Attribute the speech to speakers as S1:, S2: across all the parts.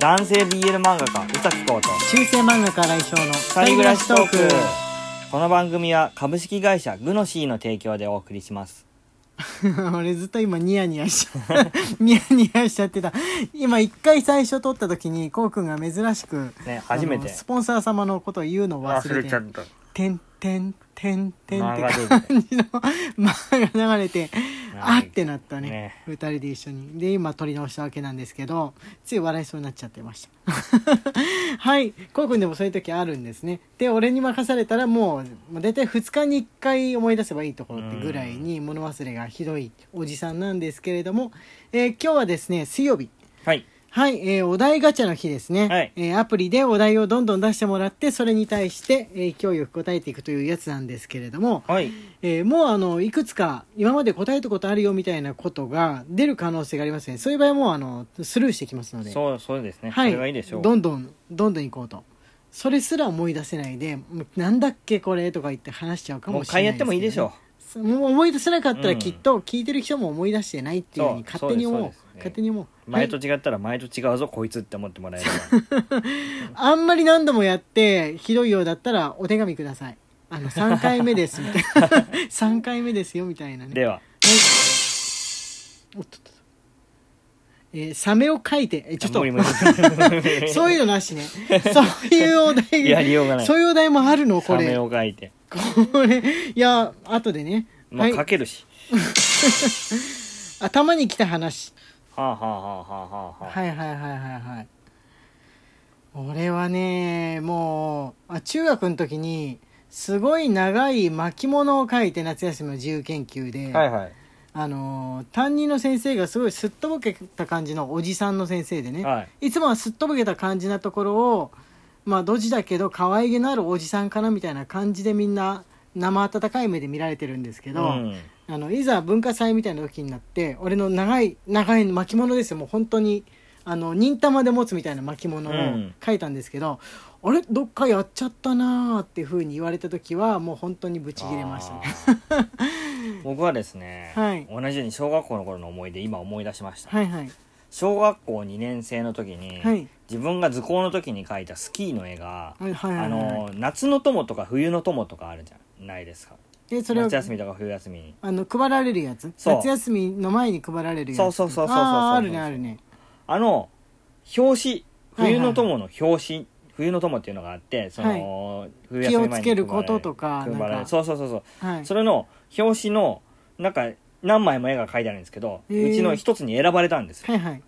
S1: 男性 BL 漫画家宇崎浩と
S2: 中世漫画家来翔の
S1: 二人
S2: 二人
S1: 暮
S2: 暮
S1: ら
S2: ら
S1: し
S2: し
S1: ト
S2: ト
S1: ー
S2: ー
S1: ク
S2: ク
S1: この番組は株式会社グノシーの提供でお送りします
S2: 俺ずっと今ニヤニヤしちゃニヤニヤしちゃってた今一回最初撮った時にこうくんが珍しく、
S1: ね初めて
S2: あのスポンサー様のことを言うのを忘れて
S1: た
S2: てんてんてんてんって
S1: 漫画出て
S2: 感じの漫画が流れて
S1: はい
S2: あってなったね
S1: ね
S2: 二人で一緒にで今撮り直したわけなんですけどつい笑いそうになっちゃってました はいこうくんでもそういう時あるんですねで俺に任されたらもうまあ大体2日に1回思い出せばいいところってぐらいに物忘れがひどいおじさんなんですけれども、えー今日はですね水曜日
S1: はい
S2: はい、えーお題ガチャの日ですね、
S1: はい
S2: えーアプリでお題をどんどん出してもらってそれに対して、えー勢いよく答えていくというやつなんですけれども、
S1: はい
S2: えーもうあのいくつか今まで答えたことあるよみたいなことが出る可能性がありますねそういう場合はもうあのスルーしてきますので
S1: そうそうですね、
S2: は
S1: それがいいでしょう
S2: どんどんどんどん行こうとそれすら思い出せないでもうなんだっけこれとか言って話しちゃうか
S1: もう
S2: も
S1: 一
S2: しれな
S1: 回
S2: い
S1: やってもいいでしょ
S2: うもう思い出せなかった
S1: う
S2: ら
S1: ん
S2: きっと聞いてる人も思い出してないっていうふうに
S1: そう
S2: 勝手に思う
S1: そうですそうですね
S2: 勝手に思う
S1: う前と
S2: はい
S1: 違ったら前と違うぞこいつって思ってもらえれ
S2: あんまり何度もやってひどいようだったらお手紙くださいあの3回目ですみたいな3 回目ですよみたいなね
S1: ば では
S2: おっとっとっとえーサメを書いてえちょっと
S1: 無理無理
S2: そういうのなしね そういうお題
S1: やりようがない
S2: そういうお題もあるのこ
S1: サメ
S2: れ
S1: を書いて
S2: これいや後でね、
S1: まあ
S2: は
S1: 書
S2: い、
S1: けるし、
S2: 頭にきた話
S1: はあはあはあはあはあ、
S2: はいはいはいはいはい俺はねもうあ中学の時にすごい長い巻物を書いて夏休みの自由研究で、
S1: はいはい
S2: あのー担任の先生がすごいすっとぼけた感じのおじさんの先生でね、
S1: はい
S2: いつもはすっとぼけた感じなところをまあドジだけど可愛げのあるおじさんかなみたいな感じでみんな生温かい目で見られてるんですけど、
S1: うん
S2: あのいざ文化祭みたいな時になって俺の長い長い巻物ですよもう本当にあの忍たまで持つみたいな巻物を
S1: うん
S2: 書いたんですけど、あれどっかやっちゃったなーっていうふうに言われた時はもう本当にブチギレましたね。
S1: あー 僕はですね、
S2: はい
S1: 同じように小学校の頃の思い出今思い出しました、
S2: はいはい
S1: 小学校2年生の時に、
S2: はい
S1: 自分が図工の時に描いたスキーの絵が、
S2: はいはいはい
S1: あ
S2: は
S1: の夏の友とか冬の友とかあるじゃないですか
S2: いでそれを
S1: 夏休みとか冬休みに
S2: あの配られるやつ
S1: そう
S2: 夏休みの前に配られるやつ
S1: そうそうそうそうそうそう
S2: あーあるねあるね
S1: あの表紙
S2: はいはい
S1: 冬の友の表紙、冬の友っていうのがあってその、冬休み前に配られ
S2: 気をつけることとか
S1: 配られ
S2: なんか
S1: そうそうそうそう
S2: はい
S1: それの表紙のなんか何枚も絵が描いてあるんですけど、
S2: へー
S1: うちの一つに選ばれたんですよ
S2: はいはい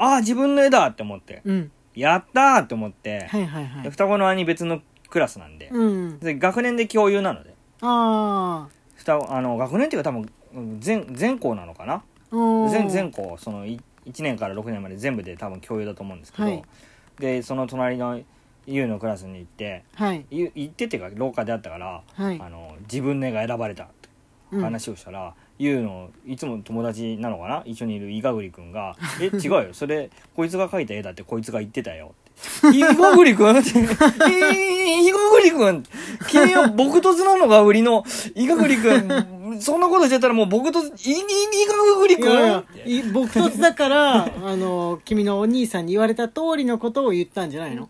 S1: ああ自分の絵だって思って、
S2: うん
S1: やったーって思って、
S2: はいはいは
S1: で
S2: い
S1: 双子の兄別のクラスなんで,、
S2: うん
S1: で学年で共有なので
S2: あ
S1: 双子あの学年っていうか多分うん全全校なのかな
S2: あ
S1: 全全校その1年から6年まで全部で多分共有だと思うんですけど、
S2: はい
S1: でその隣の優のクラスに行って
S2: はい
S1: ゆ行ってっていうか廊下であったから、
S2: はい
S1: あの自分の絵が選ばれたって
S2: うん
S1: 話をしたら、ゆうのいつも友達なのかな一緒にいるイガグリ君が 「え違うよそれこいつが描いた絵だってこいつが言ってたよ」って「イ ガグリ君?」 って「えー、イガグリ君君は僕とつなのが売りのイガグリ君そんなことしてたらもう僕とイイイガグリ
S2: いやい
S1: 君?」
S2: や
S1: って
S2: い僕とだから あの君のお兄さんに言われた通りのことを言ったんじゃないの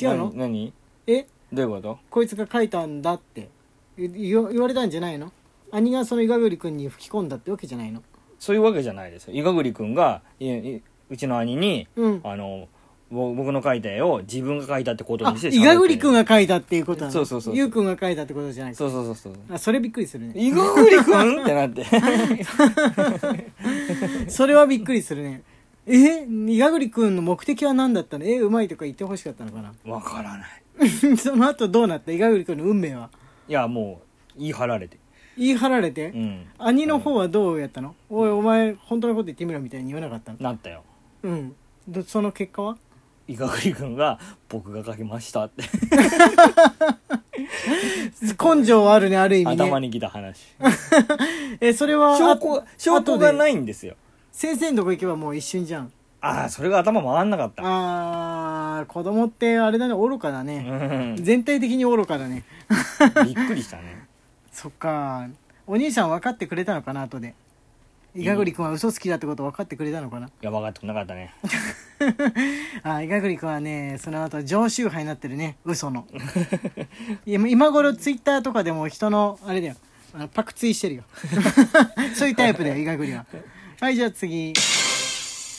S2: 違う
S1: な
S2: の
S1: 何
S2: え
S1: どういうこと
S2: こいつが書いたんだってい言わ言われたんじゃないの兄がそのイガグリ君に吹き込んだってわけじゃないの
S1: そういうわけじゃないですよイガグリ君がいいうちの兄に
S2: うん
S1: あのぼ僕の描いた絵を自分が描いたってこと
S2: あ
S1: にして喋って
S2: イガグリ君が書いたっていうことなの
S1: そうそうそう
S2: ユウ君が書いたってことじゃない
S1: そうそうそうそう
S2: あそれびっくりするね
S1: イガグリ 君ってなって
S2: それはびっくりするねえイガグリ君の目的は何だったのえうまいとか言ってほしかったのかな
S1: わからない
S2: その後どうなったイガグリ君の運命はい
S1: やもう言い張られて
S2: 言い張られて、
S1: うん
S2: 兄の方はどうやったの、おいお前本当のこと言ってみろみたいに言わなかったの
S1: なったよ
S2: うんどその結 果は
S1: イガグリ君が僕が描きましたって
S2: 根性はあるねある意味ね
S1: 頭にきた話
S2: えそれは
S1: 証拠
S2: あ
S1: 証拠が
S2: 後で
S1: ないんですよ
S2: 先生のとこ行けばもう一瞬じゃん
S1: ああそれが頭回んなかった
S2: あー子供ってあれだね愚かだ
S1: う
S2: ね、
S1: ん
S2: 全体的に愚かだね
S1: びっくりしたね
S2: そっかお兄さん分かってくれたのかな後でイガグリ君は嘘つきだってこと分かってくれたのかな
S1: やばかってなかったね
S2: あイガグリ君はねその後常習派になってるね嘘 のいやもう今頃ツイッターとかでも人のあれだよあのパクツイしてる よそういうタイプだよイガグリははいじゃあ次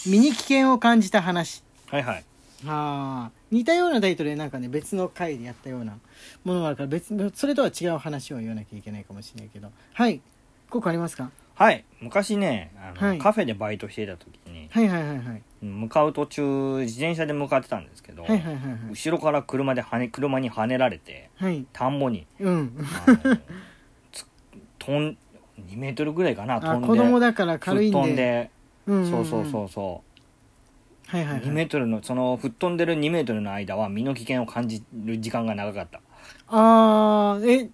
S2: 身に危険を感じた話
S1: はいはい
S2: あー似たようなタイトルでなんかね別の回でやったようなものがあるから別それとは違う話を言わなきゃいけないかもしれないけどはい効果ありますか
S1: はい昔ねあの、
S2: はい
S1: カフェでバイトしていた時に
S2: はいはいはいはい
S1: 向かう途中自転車で向かってたんですけど、
S2: はいはいはいはい
S1: 後ろから車で跳ね車にはねられて
S2: はい
S1: 田んぼに
S2: うん
S1: あのつ飛ん2メートルぐらいかな飛
S2: あ
S1: んで
S2: 子供だから軽いんで
S1: 吹っ飛んで、
S2: うんうんん
S1: そうそうそうそう
S2: はいはい、
S1: 2
S2: は
S1: メ
S2: い、
S1: ートルのその吹っ飛んでる2メートルの間は身の危険を感じる時間が長かった
S2: あーえ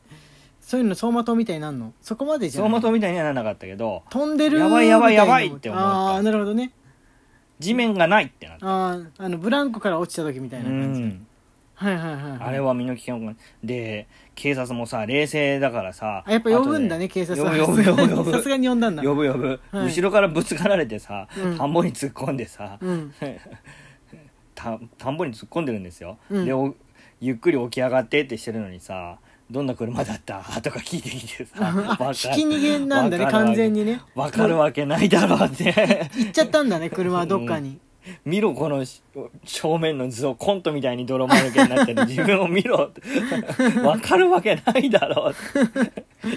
S2: そういうの走馬灯みたいになんのそこまでじゃ
S1: 走
S2: ない
S1: 馬灯みたいにはならなかったけど
S2: 飛んでる
S1: やばいやばいやばいって思った
S2: ああーなるほどね
S1: 地面がないってなった
S2: あーあのブランコから落ちた時みたいな
S1: う
S2: 感じ、
S1: ん
S2: はいはいはいい
S1: あれは身の危険を感じで警察もさ冷静だからさ
S2: あやっぱ呼ぶんだね警察は
S1: 呼ぶ呼ぶ呼ぶ
S2: さすがに呼んだんだ
S1: 呼ぶ呼ぶ、
S2: はい
S1: 後ろからぶつかられてさ、
S2: うん
S1: 田んぼに突っ込んでさ、
S2: うん
S1: た田んぼに突っ込んでるんですよ、
S2: うん
S1: でおゆっくり起き上がってってしてるのにさどんな車だったとか聞いてきてさわか
S2: あひき逃げなんだね
S1: わかるわけ
S2: 完全にね
S1: わかるわけないだろうって
S2: 行っちゃったんだね車はどっかに、
S1: 見ろこのし正面の図をコントみたいに泥まぬけになってる自分を見ろわかるわけないだろう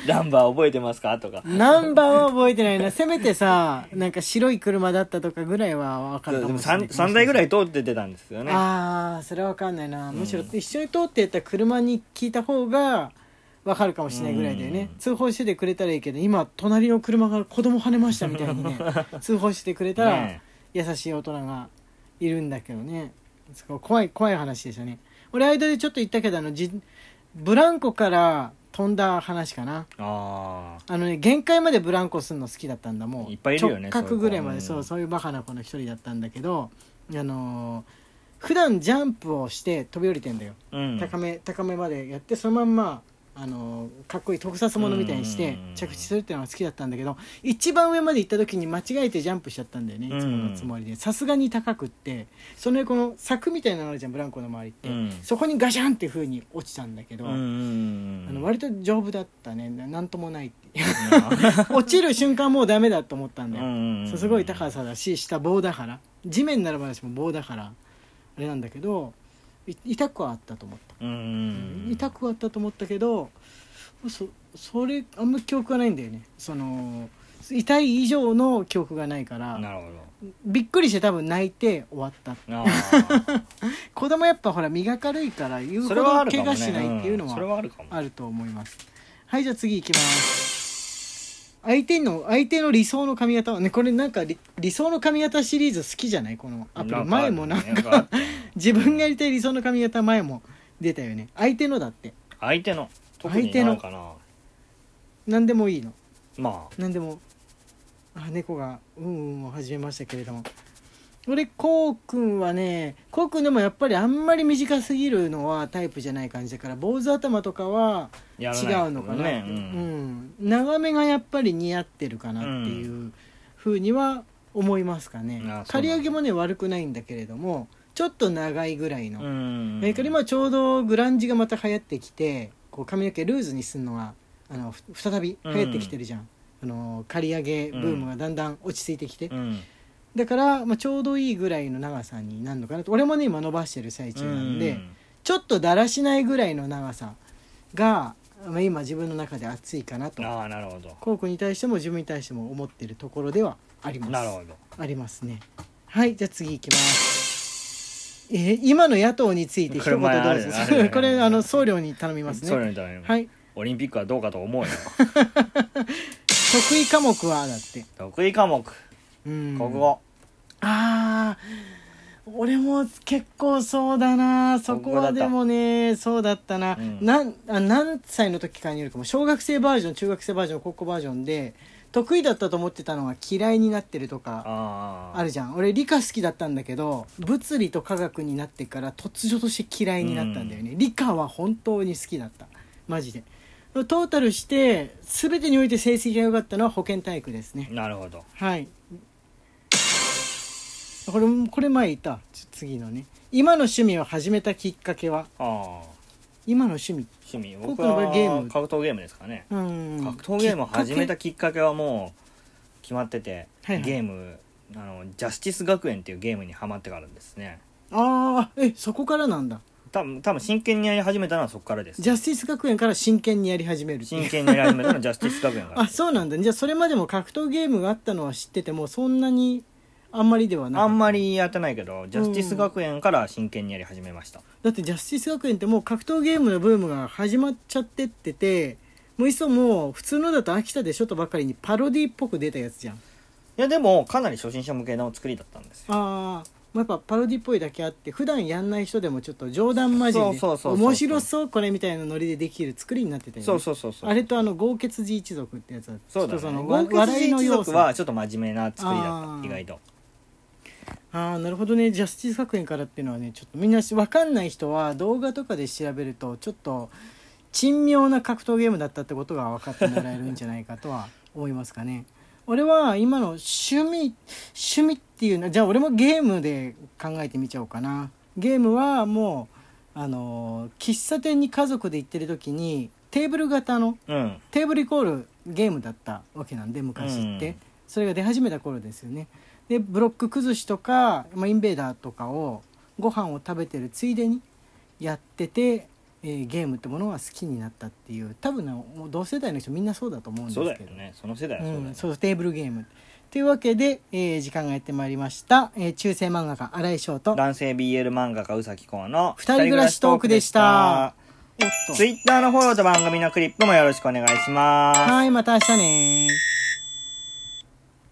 S1: ナンバー覚えてますかとか
S2: ナンバーは覚えてないなせめてさなんか白い車だったとかぐらいは分か
S1: で
S2: るか
S1: も
S2: もしれない
S1: 3, 台ぐら
S2: い
S1: い通っててたんですよね
S2: ああそれは分かんないな、
S1: うん
S2: むしろ一緒に通ってった車に聞いた方が分かるかもしれないぐらいだよね、
S1: うん
S2: 通報しててくれたらいいけど今隣の車が子供跳ねましたみたい にね通報してくれたら
S1: ね
S2: 優しい大人がいるんだけどねすごい怖い怖い話でしたね俺間でちょっと言ったけどあのじブランコから飛んだ話かな
S1: あ
S2: あのね限界までブランコするの好きだったんだもう
S1: いっぱいいるよね
S2: 直角ぐらいまで
S1: そ
S2: そ
S1: い
S2: う
S1: うう子
S2: そういうバカな子の一人だったんだけどあのー普段ジャンプをして飛び降りてんだよ、
S1: あうん
S2: 高め高めまでやってそのまんまあのーかっこいい特撮ものみたいにして
S1: うん
S2: 着地するっていうのが好きだったんだけど一番上まで行った時に間違えてジャンプしちゃったんだよねいつものつもりでさすがに高くってその横の柵みたいなのあるじゃんブランコの周りって、
S1: うん
S2: そこにガシャンっていう風に落ちたんだけど、
S1: うんうんうん
S2: あの割と丈夫だったねななんともないっていう落ちる瞬間もうダメだと思ったんだよ、
S1: うん
S2: そうすごい高さだし下棒だから地面になる話も棒だからあれなんだけどい痛くはあったと思った、
S1: うんうんうん
S2: 痛くはあったと思ったけどそそれあんま記憶がないんだよねその痛い以上の記憶がないから
S1: なるほど
S2: びっくりして多分泣いて終わった
S1: あー
S2: 子供やっぱほら身が軽いから 言うほ
S1: それ
S2: ど
S1: はあるか
S2: 怪
S1: もね
S2: 我しないっていうの
S1: ん
S2: は
S1: それはあるかも
S2: あると思いますはいじゃあ次いきます相手の相手の理想の髪型はねこれなんか理理想の髪型シリーズ好きじゃないこのアプリ前もなん
S1: なん
S2: か
S1: かあるね
S2: 自分がやりたい理想の髪型前も出たよね相手のだって
S1: 相手の特
S2: 相
S1: に
S2: 手の
S1: なのかな
S2: 何でもいいの
S1: ま
S2: 何でもあ猫がうんうんを始めましたけれども俺こうくんはねこうくんでもやっぱりあんまり短すぎるのはタイプじゃない感じだから坊主頭とかは
S1: あやらない
S2: 違うのかな、
S1: ね
S2: う
S1: うん
S2: ん長めがやっぱり似合ってるかなっていうふうには思いますかね、
S1: あそうなんだ
S2: 刈り上げもね悪くないんだけれどもちょっと長いぐらいの、
S1: うん
S2: えーけど今ちょうどグランジがまた流行ってきてこう髪の毛ルーズにするのがあのふ再び流行ってきてるじゃん、あの刈り上げブームがだんだん落ち着いてきて、
S1: うん
S2: だから、まあ、ちょうどいいぐらいの長さになるのかなと俺もね今伸ばしてる最中なんで、ちょっとだらしないぐらいの長さが、まあ、今自分の中で熱いかな
S1: う
S2: と
S1: んああなるほど
S2: コウ君に対しても自分に対しても思ってるところではあります
S1: なるほど
S2: ありますねはいじゃあ次いきますえー今の野党について一言どうぞ
S1: これ前あるある
S2: これあの僧侶に頼みます
S1: そう
S2: ね
S1: なんだね
S2: はい
S1: オリンピックはどうかと思うよ
S2: 得意科目はだって
S1: 得意科目
S2: うん
S1: 国語
S2: ああ俺も結構そうだなそこはでもねそうだったな,、
S1: うん
S2: なんあ何歳の時かによるかも小学生バージョン中学生バージョン高校バージョンで得意だったと思ってたのが嫌いになってるとか
S1: ああ
S2: あるじゃん俺理科好きだったんだけど物理と科学になってから突如として嫌いになったんだよね、理科は本当に好きだったマジでトータルして全てにおいて成績が良かったのは保健体育ですね
S1: なるほど
S2: はいこれこれ前言ったちょ次のね今の趣味を始めたきっかけは
S1: ああ
S2: 今の趣味
S1: 趣味
S2: 僕
S1: 僕
S2: の場合
S1: は
S2: ゲーム
S1: 格闘ゲームですかね、
S2: うん
S1: 格闘ゲームを始めた
S2: きっか
S1: きっかけはもう決まってて、
S2: はいはい
S1: ゲームあのジャスティス学園っていうゲームにはまってからですね
S2: けああえそこからなんだ
S1: 多分多分真剣にやり始めたのはそこからです
S2: ジャスティス学園から真剣にやり始めるっていう
S1: 真剣にやり始めたのはジャスティス学園から
S2: あそうなんだじゃあそれまでも格闘ゲームがあったのは知っててもそんなにあんまりではな
S1: あん
S2: い
S1: まりやってないけどジャスティス学園から真剣にやり始めました、
S2: だってジャスティス学園ってもう格闘ゲームのブームが始まっちゃってっててもういっそもう普通のだと飽きたでしょとばかりにパロディっぽく出たやつじゃん
S1: いやでもかなり初心者向けの作りだったんですよ
S2: ああやっぱパロディっぽいだけあって普段やんない人でもちょっと冗談交じりで
S1: そうそうそうそう
S2: 面白そうこれみたいなノリでできる作りになってたよね
S1: そうそうそうそう
S2: あれとあの豪傑寺一族ってやつは
S1: そうだ
S2: ちょっと
S1: ね
S2: の
S1: 豪傑一
S2: 要素
S1: 族はちょっと真面目な作りだ
S2: あ
S1: った
S2: ー
S1: 意外と
S2: ああなるほどねジャスティス学園からっていうのはねちょっとみんな分かんない人は動画とかで調べるとちょっと珍妙な格闘ゲームだったってことが分かってもらえるんじゃないかとは思いますかね俺は今の趣味趣味っていうのじゃあ俺もゲームで考えてみちゃおうかなゲームはもうあのー喫茶店に家族で行ってる時にテーブル型の
S1: うん
S2: テーブルイコールゲームだったわけなんで昔って、
S1: うん
S2: それが出始めた頃ですよねでブロック崩しとか、まあ、インベーダーとかをご飯を食べてるついでにやってて、えーゲームってものが好きになったっていう多分ねもう同世代の人みんなそうだと思うんですけ
S1: そう
S2: ど
S1: だよねその世代はそうだよ
S2: う
S1: ね、
S2: ん、そうテーブルゲームというわけで、えー時間がやってまいりました、えー中世漫画家新井翔と
S1: 男性 BL 漫画家宇崎公の
S2: 二人暮らしトークでしたおっと
S1: Twitter のフォローと番組のクリップもよろしくお願いします
S2: はいまた明日ね